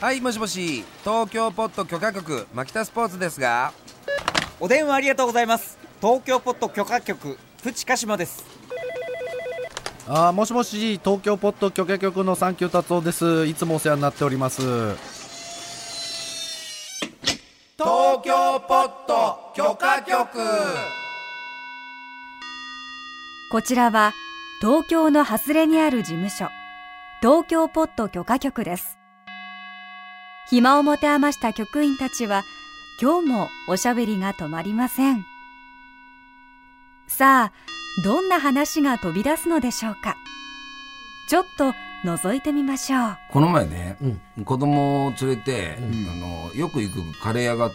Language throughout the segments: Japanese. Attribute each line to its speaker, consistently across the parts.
Speaker 1: はいもしもし東京ポット許可局牧田スポーツですが
Speaker 2: お電話ありがとうございます東京ポット許可局プチカシマです
Speaker 3: あーもしもし東京ポッド許可局のサンキュー達夫ですいつもお世話になっております
Speaker 1: 東京ポット許可局
Speaker 4: こちらは東京の外れにある事務所、東京ポット許可局です。暇を持て余した局員たちは、今日もおしゃべりが止まりません。さあ、どんな話が飛び出すのでしょうか。ちょっと覗いてみましょう。
Speaker 5: この前ね、子供を連れて、あのよく行くカレー屋が あっ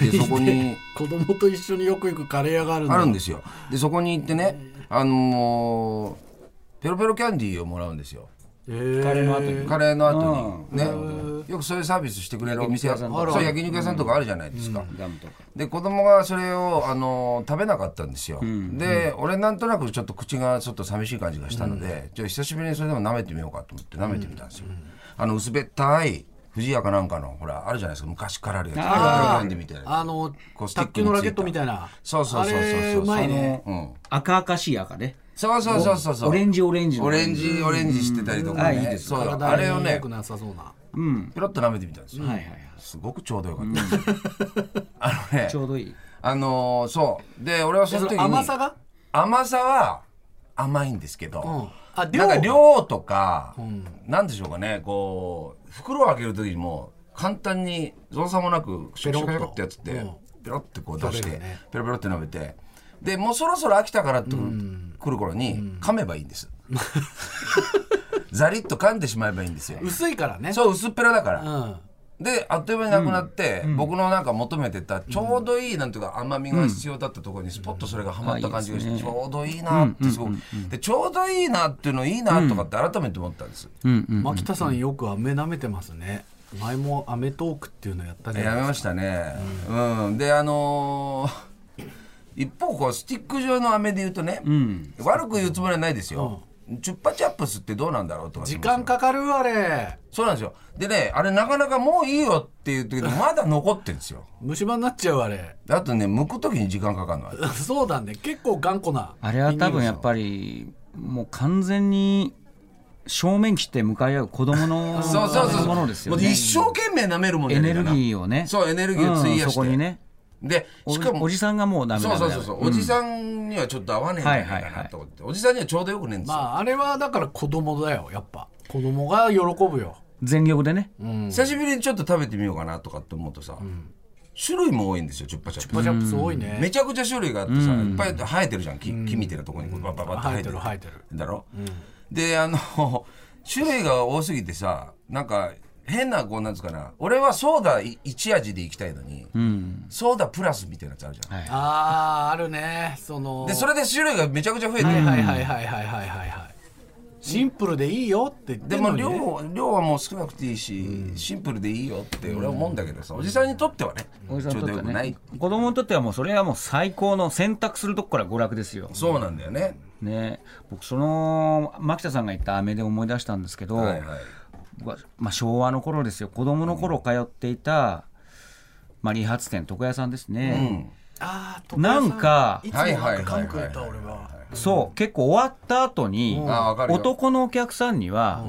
Speaker 5: てでそこに
Speaker 6: 子供と一緒によく行くカレー屋があるんだ
Speaker 5: あるんですよでそこに行ってねあのーペロペロキャンディーをもらうんですよ
Speaker 6: カレーの後に
Speaker 5: カレーの後にねよくそういうサービスしてくれるお店そう焼肉屋さんとかあるじゃないですか、で子供がそれを、あのー食べなかったんですよ、で俺なんとなくちょっと口がちょっと寂しい感じがしたので、ちょっと久しぶりにそれでも舐めてみようかと思って舐めてみたんですよ、あの薄べったい不二家かなんかのほらあるじゃないですか昔からあるやつあるみたいな
Speaker 6: あの
Speaker 5: こうスティッ
Speaker 6: 卓
Speaker 5: ク
Speaker 6: 球
Speaker 5: についた
Speaker 6: のラケットみたいな
Speaker 5: そうそうそうそうそう
Speaker 6: あれうまいね
Speaker 5: そのうん
Speaker 7: 赤々しい赤ね。
Speaker 5: そうそうそうそうそう
Speaker 7: オレンジオレンジの
Speaker 5: オレンジオレンジしてたりとかね、そう
Speaker 6: 体
Speaker 5: あれを
Speaker 6: に
Speaker 5: ね
Speaker 6: 良くなさそうな
Speaker 5: ペロッと舐めてみたんですよ、
Speaker 7: はいはいはい。
Speaker 5: すごくちょうどよかったです、 あのね
Speaker 7: ちょうどいい。
Speaker 5: あのーそうで俺はその時に
Speaker 6: 甘さが
Speaker 5: 甘さは甘いんですけど、
Speaker 6: あ
Speaker 5: な
Speaker 6: 量
Speaker 5: ん
Speaker 6: が
Speaker 5: か量とか、なんでしょうかねこう袋を開ける時にも簡単に造作もなくシャカシャカシャカってやつってペロってこう出して、ペロペロって舐めてでもうそろそろ飽きたからってくる,、頃に噛めばいいんです、ザリッと噛んでしまえばいいんですよ
Speaker 6: 薄いからね
Speaker 5: そう薄っぺらだから、
Speaker 6: うん
Speaker 5: であっという間になくなって、僕のなんか求めてたちょうどいいなんていうか甘みが必要だったところにスポッとそれがはまった感じがして、ちょうどいいなってすごく、でちょうどいいなっていうのいいなとかって改めて思ったんです、
Speaker 6: 牧田さんよく飴舐めてますね前もアメトークっていうのやったじゃ
Speaker 5: やめ
Speaker 6: ない
Speaker 5: ま
Speaker 6: で
Speaker 5: したねうん、であのー一方こうスティック状の飴で言うとね、悪く言うつもりはないですよ、チュッパチャップスってどうなんだろうとか
Speaker 6: すか時間かかるあれ
Speaker 5: そうなんですよでねあれなかなかもういいよっていう時でまだ残ってるんですよ
Speaker 6: 虫歯になっちゃうあれ
Speaker 5: あとね剥く時に時間かかるのあれ
Speaker 6: そうだね結構頑固な
Speaker 7: あれは多分やっぱり、もう完全に正面切って向かい合う子供 の
Speaker 5: そうそうそう
Speaker 7: ものですよ
Speaker 5: もう
Speaker 7: ね。
Speaker 5: 一生懸命舐めるもん
Speaker 7: エネル
Speaker 5: ー
Speaker 7: ギーをね。
Speaker 5: そうエネルギーを費やして、
Speaker 7: うんそこにね。
Speaker 5: で
Speaker 7: お
Speaker 5: しかも
Speaker 7: おじさんがもうダメ
Speaker 5: そ
Speaker 7: だ
Speaker 5: うそうそうそう、おじ
Speaker 7: ん。
Speaker 5: さんにはちょっと合わねえんじゃないかなと思って、おじさんにはちょうどよくねえんですよ、
Speaker 6: まああれはだから子供だよやっぱ子供が喜ぶよ
Speaker 7: 全力でね。
Speaker 5: 久しぶりにちょっと食べてみようかなとかって思うとさ、種類も多いんですよチュッパチャップ
Speaker 6: パチャップス多いね
Speaker 5: めちゃくちゃ種類があってさ、いっぱい生えてるじゃん木,、木みたいなとこにこうバッバッバッと生えてる
Speaker 6: 生えてる生え
Speaker 5: だろ、であの種類が多すぎてさなんか変なこうなんつうかな俺はソーダ一味でいきたいのに、ソーダプラスみたいなやつあるじゃん、
Speaker 6: あーあるねその
Speaker 5: でそれで種類がめちゃくちゃ増えてる、
Speaker 6: はいはいはいはいはいはいはいはいシンプルでいいよって言って
Speaker 5: で
Speaker 6: んの
Speaker 5: も
Speaker 6: にね
Speaker 5: 量を量はもう少なくていいし、シンプルでいいよって俺は思うんだけどさ、おじさんにとってはね、
Speaker 7: おじさん
Speaker 5: ちょ
Speaker 7: に
Speaker 5: う
Speaker 7: と
Speaker 5: ど
Speaker 7: っ
Speaker 5: よ
Speaker 7: て
Speaker 5: くな
Speaker 7: ね
Speaker 5: い。
Speaker 7: 子供にとってはもうそれはもう最高の選択するとこから娯楽ですよ。
Speaker 5: そうなんだよね、
Speaker 7: ね。僕その、牧田さんが言った飴で思い出したんですけど、
Speaker 5: はいはい
Speaker 7: 僕はまあ、昭和の頃ですよ子供の頃通っていた、まあ、理髪店床屋さんですね、
Speaker 6: あー
Speaker 7: なんか
Speaker 6: いつもなん
Speaker 5: は
Speaker 6: か
Speaker 5: いはいはいはい
Speaker 6: 韓国行った俺は
Speaker 7: そう結構終わった後に、
Speaker 5: あわかるよ
Speaker 7: 男のお客さんには、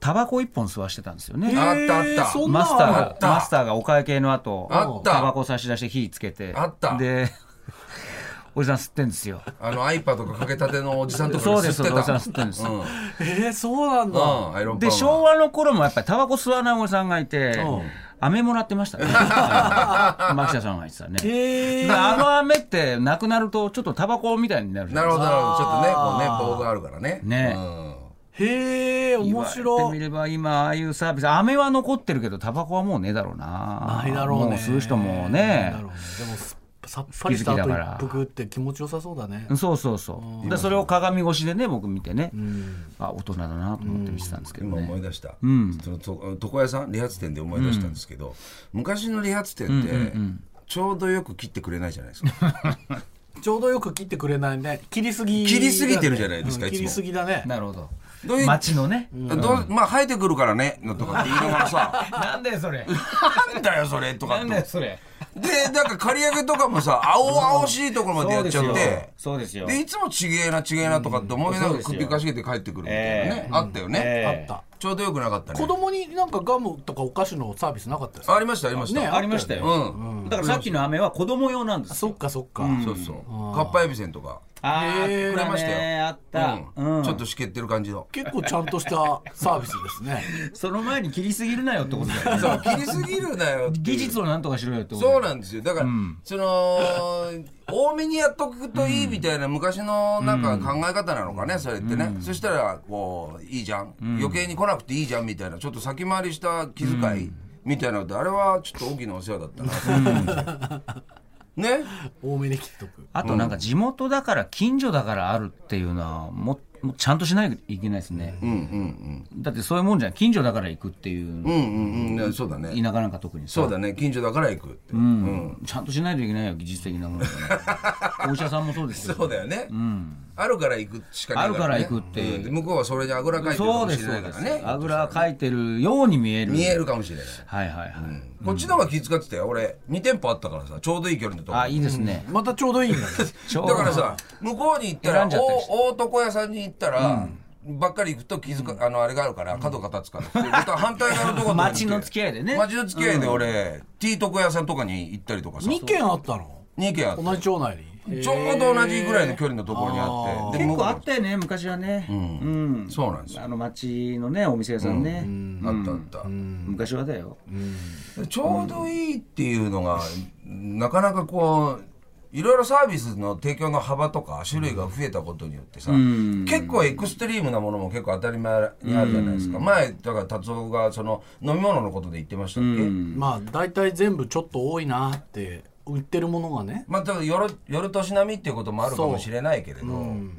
Speaker 7: タバコ一本吸わしてたんですよね、
Speaker 5: あったあった
Speaker 6: そんな
Speaker 7: マスターが
Speaker 5: った
Speaker 7: マスターがお会計の後
Speaker 5: あった
Speaker 7: タバコ差し出して火つけて
Speaker 5: あった
Speaker 7: で おじさん吸ってんですよ
Speaker 5: あの iPad とかかけたてのおじさんとか
Speaker 7: そう
Speaker 5: が吸
Speaker 7: で
Speaker 5: っ
Speaker 7: す
Speaker 5: て
Speaker 7: おじさん
Speaker 5: た
Speaker 7: 吸ってんで
Speaker 5: う
Speaker 7: す、
Speaker 5: ん
Speaker 6: えー、そうなんだ、
Speaker 5: うんアイロンパンマン
Speaker 7: で昭和の頃もやっぱりタバコ吸わないおじさんがいて、飴もらって ましたねはい牧田さんが言ってたね
Speaker 6: えー
Speaker 7: であの飴ってなくなるとちょっとタバコみたいになるじ
Speaker 5: な
Speaker 7: ゃない
Speaker 5: るほ
Speaker 7: で
Speaker 5: どなるほどちょっとねこうね棒があるからね
Speaker 7: ね
Speaker 5: うん
Speaker 6: へえ面
Speaker 7: 言われ
Speaker 6: 白
Speaker 7: てみ
Speaker 6: い
Speaker 7: れば今ああいうサービス飴は残ってるけどタバコはもうねえだろうな
Speaker 6: ないだろうね
Speaker 7: もう吸う人
Speaker 6: な
Speaker 7: も
Speaker 6: い
Speaker 7: ね
Speaker 6: だろうねでもすさっぱりした
Speaker 7: 好き
Speaker 6: 後
Speaker 7: 好きだから
Speaker 6: 一服って気持ちよさそうだね
Speaker 7: そうそうそうでそれを鏡越しでね僕見てね、あ大人だなと思って見てたんですけど
Speaker 5: 今
Speaker 7: ね、
Speaker 5: 思い出した、そのと床屋さん理髪店で思い出したんですけど、昔の理髪店って、ちょうどよく切ってくれないじゃないですか
Speaker 6: ちょうどよく切ってくれないね切りすぎだね
Speaker 5: 切りすぎてるじゃないですか
Speaker 6: うん
Speaker 5: いつも
Speaker 6: 切りすぎだね
Speaker 7: なるほど
Speaker 5: どういう
Speaker 7: 街のね、
Speaker 5: どうまあ生えてくるからねのとかって言いながらさ
Speaker 7: なんだよそれ
Speaker 5: なんだよそれとか
Speaker 7: な
Speaker 5: っ
Speaker 7: ん
Speaker 5: て
Speaker 7: だよそれ
Speaker 5: でなんか刈り上げとかもさ青々しいところまでやっちゃって、
Speaker 7: そうですよ
Speaker 5: でいつもちげえなちげえなとかって思いな
Speaker 7: そう
Speaker 5: がら
Speaker 7: ですよ
Speaker 5: 首かしげて帰ってくるみたいなね、あったよね、
Speaker 7: え
Speaker 6: あった
Speaker 5: ちょうどよくなかったね
Speaker 6: 子供になんかガムとかお菓子のサービスなかったですか
Speaker 5: ありましたありました、
Speaker 6: ね
Speaker 7: ありましたよ、
Speaker 5: うん、
Speaker 7: だからさっきの飴は子供用なんですよ
Speaker 6: そっかそっか
Speaker 5: そうそうかっぱえびせんとか
Speaker 7: あーあ
Speaker 6: へー
Speaker 7: っ
Speaker 5: くれ
Speaker 7: た
Speaker 5: ました
Speaker 7: ね
Speaker 5: よ
Speaker 7: あった、
Speaker 5: うん
Speaker 7: うん
Speaker 5: ちょっとしけってる感じの
Speaker 6: 結構ちゃんとしたサービスですね
Speaker 7: その前に切りすぎるなよってことだよね
Speaker 5: そう切りすぎるなよっていう
Speaker 7: 技術をなんとかしろよってことだ
Speaker 5: そ
Speaker 7: よ
Speaker 5: うなんですよだから、その 多めにやっとくといいみたいな昔のなんか考え方なのかね、それってね、そしたらこういいじゃん、余計に来なくていいじゃんみたいなちょっと先回りした気遣い、みたいなのであれはちょっと大きなお世話だったな、ね
Speaker 6: 多めに切っとく
Speaker 7: あとなんか地元だから近所だからあるっていうのはももうちゃんとしないといけないですね、
Speaker 5: うんうん
Speaker 7: だってそういうもんじゃん近所だから行くっていう、
Speaker 5: うんうんうんうんねそうだ
Speaker 7: 田
Speaker 5: ね
Speaker 7: 舎なんか特にさ
Speaker 5: そうだね近所だから行くって、
Speaker 7: ちゃんとしないといけないよ技術的 なものはねお医者さんもそうですよ
Speaker 5: そうだよね、あるから行くしかない
Speaker 7: あるから行くっていう
Speaker 5: うんで向こうはそれにあぐらかいてるか
Speaker 7: そ
Speaker 5: も
Speaker 7: うで
Speaker 5: し
Speaker 7: す
Speaker 5: れ
Speaker 7: そ
Speaker 5: な
Speaker 7: う
Speaker 5: いか
Speaker 7: で
Speaker 5: ら
Speaker 7: す、
Speaker 5: ね
Speaker 7: あぐらかいてるように見える
Speaker 5: 見えるかもしれない
Speaker 7: はいはいはい、
Speaker 5: こっちの方が気遣ってたよ俺2店舗あったからさちょうどいい距離のとこ
Speaker 7: あいいですね、
Speaker 6: またちょうどいいんだね
Speaker 7: ちょう
Speaker 5: だ
Speaker 7: ど
Speaker 5: からさ向こうに行った
Speaker 7: 選
Speaker 5: ら
Speaker 7: んじゃったりして
Speaker 5: 大大床屋さんに行ったら、ばっかり行くと気づか、あのあれがあるから角が立つからってまた反対側のとこ
Speaker 7: 街の付き合いでね
Speaker 5: 街の付き合いで俺、T 床屋さんとかに行ったりとかさ
Speaker 6: 2軒あったの
Speaker 5: 2軒あって
Speaker 6: 同じ町内に
Speaker 5: ちょうど同じぐらいの距離のところにあってで
Speaker 7: 結構あ
Speaker 5: も
Speaker 7: ったよね昔はね、うん
Speaker 5: うそうなんですよ
Speaker 7: あの街のねお店屋さんね、
Speaker 5: あったあった、
Speaker 7: 昔はだよ、
Speaker 5: ちょうどいいっていうのが、なかなかこういろいろサービスの提供の幅とか種類が増えたことによってさ、結構エクストリームなものも結構当たり前にあるじゃないですか、前だから達夫がその飲み物のことで言ってましたっけ、
Speaker 6: まあ大体全部ちょっと多いなって売ってるものがね
Speaker 5: まあ、ただ夜夜年並みっていうこともあるかもしれないけれど、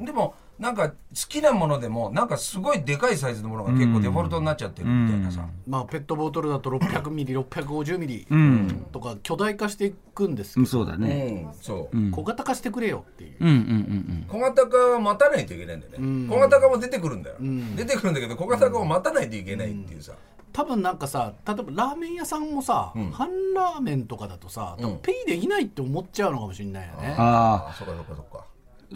Speaker 5: でもなんか好きなものでもなんかすごいでかいサイズのものが結構デフォルトになっちゃってるみたいなさ、
Speaker 6: まあペットボトルだと600ミリ650ミリとか巨大化していくんです
Speaker 7: う
Speaker 6: け
Speaker 7: ん、そうだね、
Speaker 5: うんそう、
Speaker 6: ど小型化してくれよっていう
Speaker 7: うん、うんうん
Speaker 5: 小型化は待たないといけないんだよね、小型化も出てくるんだよ、出てくるんだけど小型化を待たないといけないっていうさ、
Speaker 6: 多分なんかさ例えばラーメン屋さんもさ、半ラーメンとかだとさ、多分ペイできないって思っちゃうのかもしれないよね、
Speaker 7: あ
Speaker 5: あそっかそっかそっか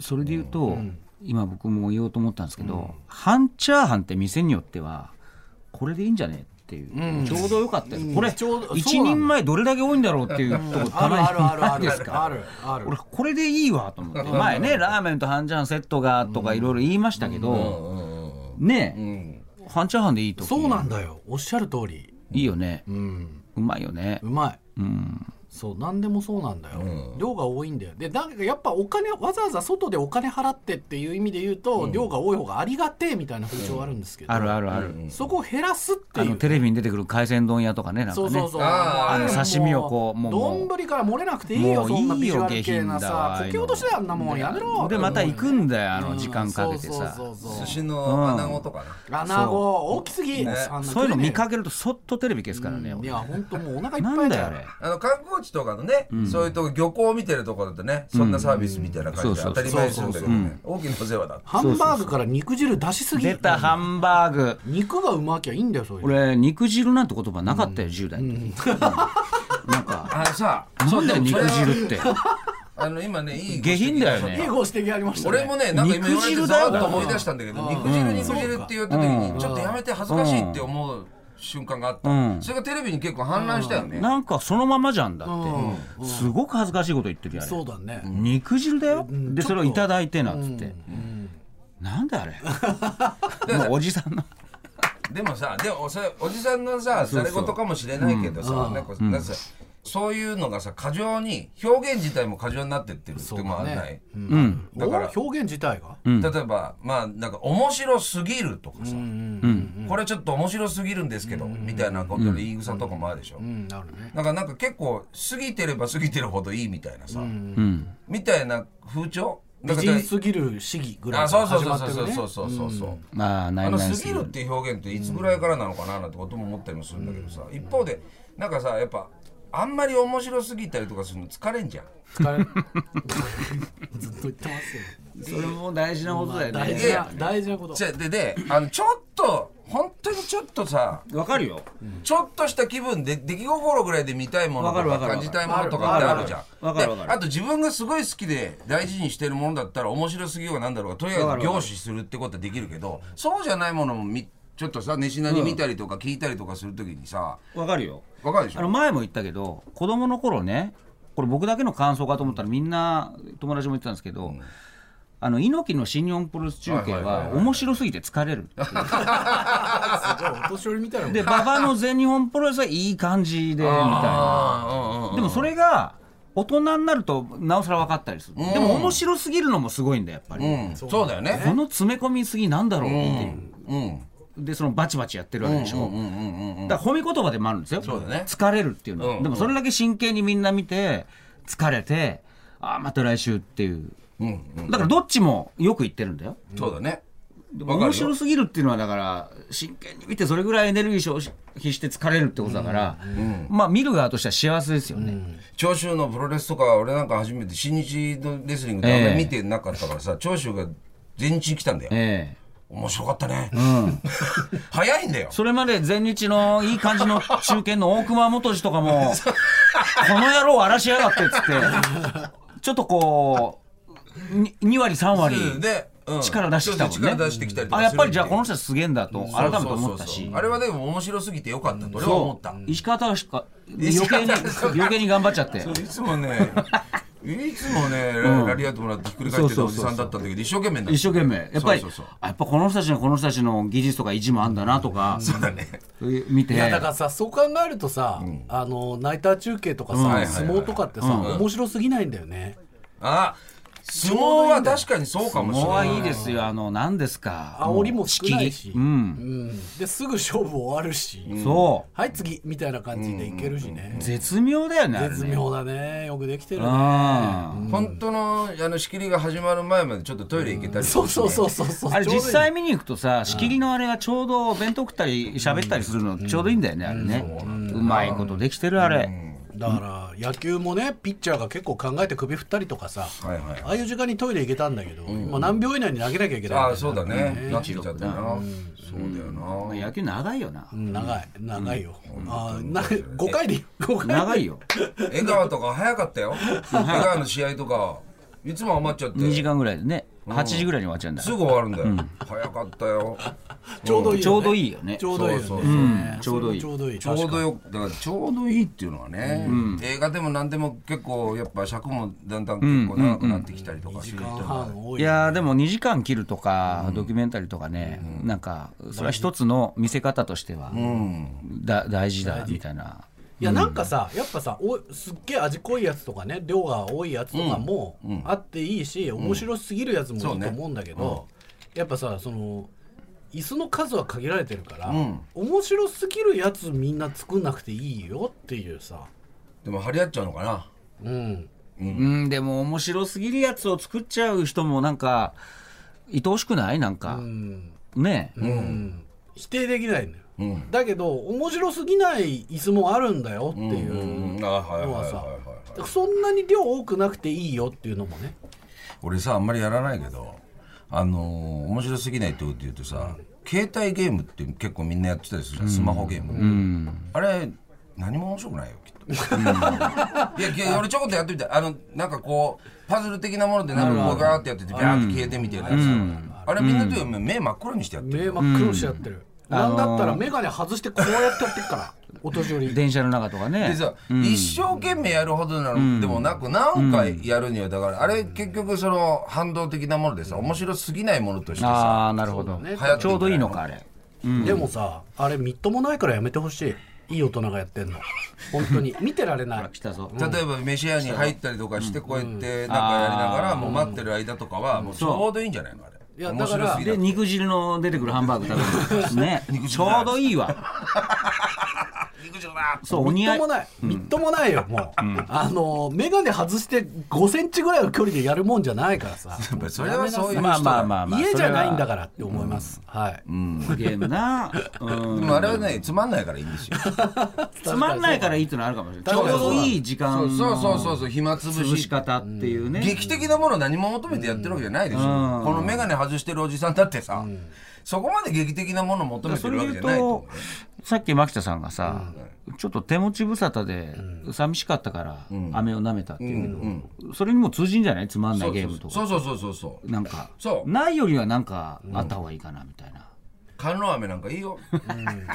Speaker 7: あそれで言うと、今僕も言おうと思ったんですけど、半チャーハンって店によってはこれでいいんじゃねっていう、ちょうどよかったよ、これ
Speaker 6: ちょうど
Speaker 7: 一人前どれだけ多いんだろうっ ていうとこ
Speaker 6: あ
Speaker 7: た
Speaker 6: る
Speaker 7: まに
Speaker 6: あるある
Speaker 7: な
Speaker 6: あ
Speaker 7: いで
Speaker 6: る
Speaker 7: すか
Speaker 6: あるある
Speaker 7: 俺これでいいわと思って前ねラーメンと半チャーハンセットがとかいろいろ言いましたけど、ねえ、半チャーハンでいいと
Speaker 6: そうなんだよおっしゃる通り
Speaker 7: いいよね、うまいよね
Speaker 6: うまい、そう何でもそうなんだよ、量が多いんだよでなんかやっぱお金わざわざ外でお金払ってっていう意味で言うと、量が多い方がありがてえみたいな風潮あるんですけど、
Speaker 7: あるあるある、
Speaker 6: そこを減らすって
Speaker 7: あ
Speaker 6: い
Speaker 7: の
Speaker 6: う
Speaker 7: テレビに出てくる海鮮丼屋とかねなんか
Speaker 6: そ
Speaker 7: ね
Speaker 6: うそうそう。
Speaker 5: あー
Speaker 6: れ
Speaker 7: あの刺身をこう
Speaker 6: もう
Speaker 7: もう
Speaker 6: 丼から漏れなくていいよ、
Speaker 7: もう
Speaker 6: そんなビジュア
Speaker 7: いいよ
Speaker 6: ル系な
Speaker 7: 下品だわ
Speaker 6: さ。こけ落としだよ、あんなもん。やめろ。
Speaker 7: でまた行くんだよあ
Speaker 6: う
Speaker 7: の
Speaker 6: ん
Speaker 7: 時間かけてさ
Speaker 6: そうそうそう
Speaker 5: 寿
Speaker 6: そ
Speaker 5: 司の穴子とかね、
Speaker 6: う。穴子、大きすぎ。あんな
Speaker 7: そういうの見か
Speaker 6: 食
Speaker 7: けるとそっとテレビ消すからね
Speaker 6: えねえい
Speaker 7: 俺
Speaker 6: や、ほんともうお腹いっぱい
Speaker 7: なんだよあ
Speaker 6: よ
Speaker 7: れ。
Speaker 5: あの観光地とかのね、そういうとこ漁港見てるところだとねそんなサービスみたいな感じで
Speaker 7: う
Speaker 5: 当
Speaker 7: ん
Speaker 5: たり前にするんだけどね大きなお世話だ
Speaker 6: ハンバーグから肉汁出しすぎ。
Speaker 7: 出たハンバーグ
Speaker 6: 肉がうまきゃいいんだよ、そういうの。
Speaker 7: 俺肉汁なんて言葉なかったよ10代の時、うんなんか
Speaker 5: あのさ
Speaker 7: なんだよ
Speaker 5: でもそれ
Speaker 7: 肉
Speaker 5: は
Speaker 7: 汁って
Speaker 5: あの今ねいい
Speaker 7: 下品だよ
Speaker 6: いい
Speaker 7: ね
Speaker 6: ご指摘ありましたね。
Speaker 5: 俺もねなんか今言われて
Speaker 7: 肉汁だよ
Speaker 5: ざわっと思い出したんだけど肉汁肉汁って言った時にちょっとやめて恥ずかしいって思う瞬間があった、
Speaker 7: うん
Speaker 5: それがテレビに結構氾濫したよね、
Speaker 7: なんかそのままじゃんだってすごく恥ずかしいこと言ってるやん
Speaker 6: そうだね。
Speaker 7: 肉汁だよでそれをいただいてなっつってなんだあれもうおじさんの
Speaker 5: でもさでもそれおじさんのさざれ言かもしれないけどさなんかなんかさそういうのがさ過剰に表現自体も過剰になってってるってもあんない、
Speaker 7: うん。
Speaker 5: だから
Speaker 6: お表現自体が
Speaker 7: うん。
Speaker 5: 例えばまあなんか面白すぎるとかさ、これちょっと面白すぎるんですけど、みたいなことで言い草とかもあるでしょ、
Speaker 6: うんなるね
Speaker 5: なんかなんか結構過ぎてれば過 ぎてるほどいいみたいなさ、
Speaker 7: うん。
Speaker 5: みたいな風潮
Speaker 6: 美
Speaker 5: だから
Speaker 6: 人すぎる市議ぐら
Speaker 5: あ
Speaker 6: いか
Speaker 5: そう
Speaker 6: ら
Speaker 5: そう
Speaker 6: 始
Speaker 5: そ
Speaker 6: ま
Speaker 5: う
Speaker 6: って
Speaker 5: そう
Speaker 6: るね
Speaker 5: そうそうそうそう、
Speaker 7: まあ、ナ
Speaker 5: あ
Speaker 7: イ
Speaker 5: の
Speaker 7: ナイ
Speaker 5: 過
Speaker 7: す
Speaker 5: ぎ
Speaker 7: ぎ
Speaker 5: るっ
Speaker 7: る。
Speaker 5: ていう表現っていつぐらいからなのかななんてことも思ったりもするんだけどさ一方でなんかさやっぱあんまり面白すぎたりとかするの疲れんじゃん。
Speaker 6: 疲れ ずっと言ってますよ
Speaker 7: それも大事なことだよ
Speaker 6: 大
Speaker 7: ね。
Speaker 6: 事な大事なこと
Speaker 5: じゃでであのちょっと本当にちょっとさ
Speaker 7: わかるよ。
Speaker 5: ちょっとした気分で出来心ぐらいで見たいものと
Speaker 7: わかるわ
Speaker 5: か
Speaker 7: かる
Speaker 5: 感じたいものとかってあるじゃん。
Speaker 7: わかるわかるわかるわか
Speaker 5: であと自分がすごい好きで大事にしてるものだったら面白すぎようがなんだろうがとりあえず凝視するってことはできるけどそうじゃないものもみちょっとさ熱心なに見たりとか聞いたりとかするときにさ
Speaker 7: わかるよ。
Speaker 5: わかるでし
Speaker 7: あの
Speaker 5: ょ
Speaker 7: 前も言ったけど子供の頃ねこれ僕だけの感想かと思ったらみんな友達も言ってたんですけど、あの猪木の新日本プロレス中継
Speaker 5: はいはいはい
Speaker 7: は
Speaker 5: はい
Speaker 7: 面白すぎて疲 れるっていう
Speaker 6: すごいお年寄りみたいなもん
Speaker 7: で馬場の全日本プロレスはいい感じでみたいなでもそれが大人になるとなおさら分かったりする、でも面白すぎるのもすごいんだやっぱり、
Speaker 5: うんそうだよね。
Speaker 7: この詰め込みすぎなんだろうっていう、
Speaker 5: うん
Speaker 7: でそのバチバチやってるわけでしょ、だから褒め言葉でもあるんですよ
Speaker 5: そうだね
Speaker 7: 疲れるっていうのは、
Speaker 5: うん
Speaker 7: でもそれだけ真剣にみんな見て疲れてああまた来週っていう
Speaker 5: うんうん
Speaker 7: だからどっちもよく言ってるんだよ、
Speaker 5: そうだね。
Speaker 7: で
Speaker 5: わか
Speaker 7: も
Speaker 5: るよ
Speaker 7: 面白すぎるっていうのはだから真剣に見てそれぐらいエネルギー消費して疲れるってことだから、まあ見る側としては幸せですよね、
Speaker 5: 長州のプロレスとか俺なんか初めて新日のレスリングであんまり見てなかったからさ、長州が全日に来たんだよ、
Speaker 7: ええ
Speaker 5: 面白かったね、 早いんだよ
Speaker 7: それまで前日のいい感じの中堅の大熊元次と かもこの野郎荒らしやがってっつってちょっとこうに2割3割
Speaker 5: で、うん
Speaker 7: 力出してきたもんね
Speaker 5: 力出してきたりとか
Speaker 7: あ
Speaker 5: するっ
Speaker 7: やって
Speaker 5: いう
Speaker 7: ぱりじゃあこの人はすげえんだと改めて思った
Speaker 5: そうそうそう
Speaker 7: し
Speaker 5: そうあれはでも面白すぎてよかったと俺は思った
Speaker 7: 石川隆か余
Speaker 5: 石川
Speaker 7: 計に
Speaker 5: 隆史
Speaker 7: 余計に頑張っちゃって
Speaker 5: そういつもね いつもね、ラリアットもらってひっくり返ってるおじさんだったんだけど一生懸命になって
Speaker 7: 一生懸命やっぱり
Speaker 5: そうそうそう
Speaker 7: あやっぱこの人たちのこの人たちの技術とか意地もあんだなとか
Speaker 5: そうだね
Speaker 7: 見て
Speaker 6: いやだからさそう考えるとさ、あのナイター中継とかさ、
Speaker 5: はいはいはい
Speaker 6: 相撲とかってさ、面白すぎないんだよね、
Speaker 5: あ相撲は確かにそうかもしれ
Speaker 7: もう
Speaker 5: な
Speaker 7: はいいいですよあの何ですか
Speaker 6: 煽りも少ないし、
Speaker 7: う
Speaker 6: うん
Speaker 7: ん
Speaker 6: ですぐ勝負終わるし、
Speaker 7: そう
Speaker 6: はい次みたいな感じでいけるしね、
Speaker 7: 絶妙だよねあれね
Speaker 6: 絶妙だねよくできてるね
Speaker 7: あ
Speaker 5: 本当のあの仕切りが始まる前までちょっとトイレ行けたり
Speaker 6: そうそうそうそうそう
Speaker 7: あれ
Speaker 6: ちょうどい
Speaker 7: 実
Speaker 6: い
Speaker 7: 際見に行くとさ仕切りのあれがちょうど弁当食ったり喋ったりするのちょうどいいんだよねあれねうまいことできてるあれ
Speaker 6: だから野球もねピッチャーが結構考えて首振ったりとかさ、
Speaker 5: はいはい
Speaker 6: ああいう時間にトイレ行けたんだけど、もう何秒以内に投げなきゃいけない
Speaker 5: ああそうだねなってき
Speaker 7: 一
Speaker 5: ちゃ
Speaker 7: 六
Speaker 5: ったなそうだよな
Speaker 7: まあ野球長いよな
Speaker 6: うん長い長いよ、ああな5回で5回で
Speaker 7: 長いよ
Speaker 5: 江川とか早かったよ江川の試合とかいつも余っちゃって
Speaker 7: 2時間ぐらいでね8時ぐらいに終わっちゃうんだ
Speaker 5: すぐ終わるんだよ早かったよ
Speaker 6: ちょうどいいよね
Speaker 7: ちょうどいい
Speaker 6: ちょうどいいよ
Speaker 7: よね
Speaker 6: ね
Speaker 5: そうそううそうん
Speaker 7: ちょうどいい
Speaker 6: ちょうどいい
Speaker 5: ちょうどよだからちょうどいいっていうのはね映画でも何でも結構やっぱ尺もだんだん結構長くなってきたりとかすると
Speaker 6: 確かにファン多い
Speaker 7: いやーでも2時間切るとか、ドキュメンタリーとかね、なんかそれは一つの見せ方としては、だ大事だみたいな。
Speaker 6: いやなんかさやっぱさおすっげえ味濃いやつとかね量が多いやつとかもあっていいし、面白すぎるやつもいいと
Speaker 5: そうね
Speaker 6: 思うんだけど、やっぱさその椅子の数は限られてるから、面白すぎるやつみんな作んなくていいよっていうさ
Speaker 5: でも張り合っちゃうのかな
Speaker 6: うん
Speaker 7: うん、でも面白すぎるやつを作っちゃう人もなんか愛おしくないなんか、ねえ、
Speaker 6: 否定できないんだよ、だけど面白すぎない椅子もあるんだよっていう、
Speaker 5: うんあはいはい
Speaker 6: の
Speaker 5: はは
Speaker 6: はい
Speaker 5: い
Speaker 6: さ
Speaker 5: はい
Speaker 6: そんなに量多くなくていいよっていうのもね
Speaker 5: 俺さあんまりやらないけどあのー面白すぎないってこと言うとさ、携帯ゲームって結構みんなやってたりするじゃんスマホゲーム、あれ何も面白くないよきっ と、いやいや俺ちょこっとやってみたあのなんかこうパズル的なものでなんかこうガーってやっててビャーって消えてみたいなやつ、あれみんなというより目真っ黒にしてやって
Speaker 6: 目
Speaker 5: る、
Speaker 6: 真っ黒にしちゃってる、なんだったら眼鏡外してこうやってやってっから お年寄り
Speaker 7: 電車の中とかね
Speaker 5: でさ、一生懸命やるほどなのでもなく何回やるにはだからあれ結局その反動的なものでさ面白すぎないものとしてさ
Speaker 7: ああなるほど、
Speaker 6: そうだね
Speaker 7: ちょうどいいのかあれ
Speaker 6: でもさあれみっともないからやめてほしいいい大人がやってんの本当に見てられない
Speaker 7: 来たぞ。
Speaker 5: 例えば飯屋に入ったりとかしてこうやってなんかやりながらもう待ってる間とかはもうちょうどいいんじゃないのあれ
Speaker 6: いや
Speaker 5: 面白すぎだ
Speaker 7: で肉汁の出てくるハンバーグ食べるね ちょうどいいわ
Speaker 5: 肉汁だ
Speaker 7: そうお
Speaker 6: み
Speaker 7: 似
Speaker 6: っ
Speaker 7: 合
Speaker 6: と
Speaker 7: い
Speaker 6: もない、みっともないよもう、あの眼鏡外して5センチぐらいの距離でやるもんじゃな いからさ
Speaker 5: それはそういう人
Speaker 7: まあまあまあまあ
Speaker 6: 家じゃないんだ
Speaker 7: か
Speaker 6: からって思います、はい、
Speaker 7: らゲー ムなうん
Speaker 5: でもあれはねつまんないからいいんですよ
Speaker 7: つまんないからいいっていうのはあるかもしれないち
Speaker 5: 確
Speaker 7: ょ
Speaker 5: か
Speaker 7: う
Speaker 5: に
Speaker 7: どいい時間
Speaker 5: そう
Speaker 7: の
Speaker 5: そうそうそうそう暇つぶ
Speaker 7: 潰し
Speaker 5: し
Speaker 7: 方っていうね
Speaker 5: 劇的なもの何も求めてやってるわけじゃないでしょ、この眼鏡外してるおじさんだってさ、そこまで劇的なもの求めて
Speaker 7: そ
Speaker 5: る
Speaker 7: れ
Speaker 5: わけ
Speaker 7: で
Speaker 5: じ
Speaker 7: 言
Speaker 5: ゃな
Speaker 7: う
Speaker 5: いと思う
Speaker 7: とさっき牧田さんがさ、ちょっと手持ち無沙汰で寂しかったから、飴を舐めたっていうけど、それにも通じんじゃないつまんないゲームとか
Speaker 5: そうそうそうそうそう
Speaker 7: なんか
Speaker 5: そう
Speaker 7: ないよりはなんかあった方がいいかなみたいな、
Speaker 5: 観音飴なんかいいよ、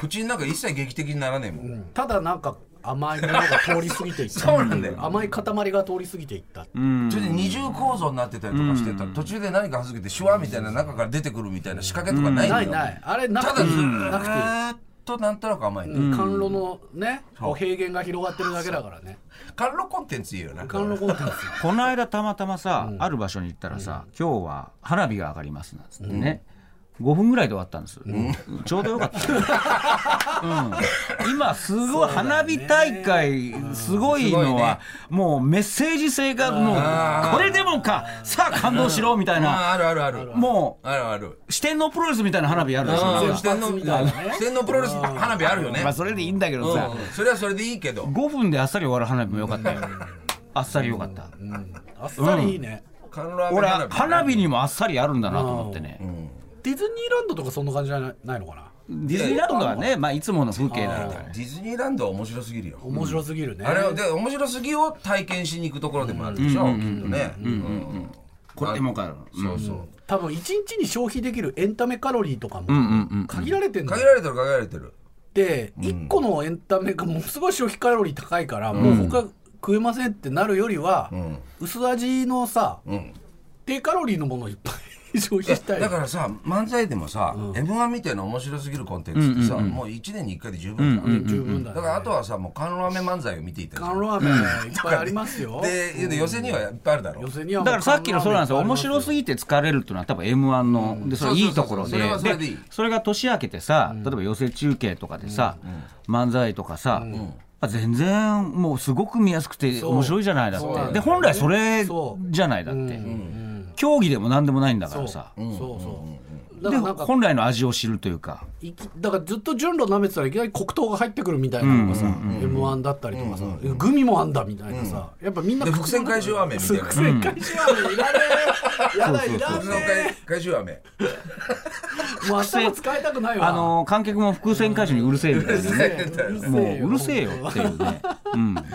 Speaker 5: 口の中一切劇的にならねえもん、
Speaker 6: ただなんか甘いものが通り過ぎていっ た
Speaker 5: そうなんだよ
Speaker 6: 甘い塊が通り過ぎていったっていう
Speaker 5: それで二重構造になってたりとかしてたら、途中で何か外れてシュワみたいな中から出てくるみたいな仕掛けとかないん
Speaker 6: な
Speaker 5: だ
Speaker 6: い
Speaker 5: よ、
Speaker 6: ないあれな
Speaker 5: た
Speaker 6: く
Speaker 5: だ
Speaker 6: てい
Speaker 5: ず
Speaker 6: い
Speaker 5: ー
Speaker 6: なくていい
Speaker 5: っとなんとなく甘い、
Speaker 6: 甘露のね、こう平原が広がってるだけだからね。
Speaker 5: 甘露コンテンツいいよな
Speaker 6: 甘露コンテンツ。
Speaker 7: この間たまたまさ、ある場所に行ったらさ、今日は花火が上がりますなんつってね、5分ぐらいで終わったんです、ちょうどよかった、 うん、今すごい花火大会すごいのはもうメッセージ性がもうこれでもかさあ感動しろみたいな
Speaker 5: ああるあるある
Speaker 7: もう
Speaker 5: あるある
Speaker 7: 四天王プロレスみたいな花火あるでし
Speaker 5: あ
Speaker 7: ょ
Speaker 5: ー四天王四天王プロレス花火あるよね
Speaker 7: まあそれでいいんだけどさ、
Speaker 5: うんそれはそれでいいけど
Speaker 7: 5分であっさり終わる花火もよかったよあっさりよかった、
Speaker 6: あっさりいいね。
Speaker 5: 甘露飴
Speaker 7: 俺
Speaker 5: 花火
Speaker 7: 花火にもあっさりあるんだなと思ってね、
Speaker 6: ディズニーランドとかそんな感じじゃないないのかな。
Speaker 7: ディズニーランドはね、まあ、いつもの風景だからね。
Speaker 5: ディズニーランドは面白すぎるよ
Speaker 6: 面白すぎるね。
Speaker 5: あれはで面白すぎを体験しに行くところでもあるでしょきっとねうん
Speaker 7: これでもか。
Speaker 5: そうそう
Speaker 6: 多分一日に消費できるエンタメカロリーとか
Speaker 7: うんう
Speaker 6: も
Speaker 7: んうん。
Speaker 6: 限られてんだ
Speaker 5: 限
Speaker 6: よ
Speaker 5: られてる限られてる
Speaker 6: って、一個のエンタメがものすごい消費カロリー高いから、もう他食えませんってなるよりは、薄味のさ、低カロリーのものをいっぱい消費したい。
Speaker 5: だからさ漫才でもさ m 1みたいな面白すぎるコンテンツってさもう1年に1回で十分じゃん
Speaker 6: 十分だ
Speaker 5: だ
Speaker 6: よ。
Speaker 5: からあとはさもう甘露飴漫才を見ていたり
Speaker 6: 甘露飴いっぱいありますよ。
Speaker 5: でで寄せにはいっぱいあるだろ
Speaker 6: 寄せには
Speaker 7: だ
Speaker 6: もう
Speaker 7: からさっきのそうなんですよ。面白す
Speaker 6: ぎ
Speaker 7: ぎて疲れるっていうのは多分 M1 の、で、それいいところで。
Speaker 5: そうそうそうそれはそれでいい
Speaker 7: それが年明けてさ、例えば寄せ中継とかでさ、漫才とかさ、あ全然もうすごく見やすくて面白いじゃないだ
Speaker 6: そうなんだ
Speaker 7: っ
Speaker 6: よ
Speaker 7: て。で、本来それ
Speaker 6: そう
Speaker 7: じゃないだって。競技でも何でもないんだからさ。
Speaker 6: そうそう。だから
Speaker 7: で、
Speaker 6: なんか
Speaker 7: 本来の味を知るというか。
Speaker 6: いきだからずっと順路舐めてたらいきなり黒糖が入ってくるみたいなのがさ、m 1だったりとかさ、グミもあんだみたいなさ、やっぱみんな
Speaker 5: で伏線回収飴みたいな
Speaker 6: 伏線回収飴いらねえやだいら
Speaker 5: その
Speaker 6: ね
Speaker 5: 回回収飴
Speaker 6: えもう頭使いたくないわ
Speaker 7: あのー、観客も伏線回収にうるせえみたいなね。もううるせえよっていうね。うん。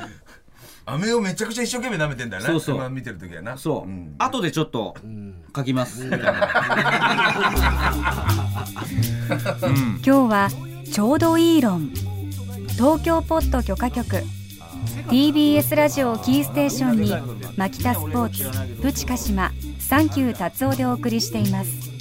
Speaker 5: 飴をめちゃくちゃ一生懸命舐めてんだよね
Speaker 7: そうそう
Speaker 5: 今見てる時はな
Speaker 7: そう、
Speaker 5: ん
Speaker 7: 後でちょっと書きます、みたいな
Speaker 4: 今日はちょうどいい論東京ポット許可局 TBS ラジオをキーステーションにマキタスポーツプチカシマサンキュー達夫でお送りしています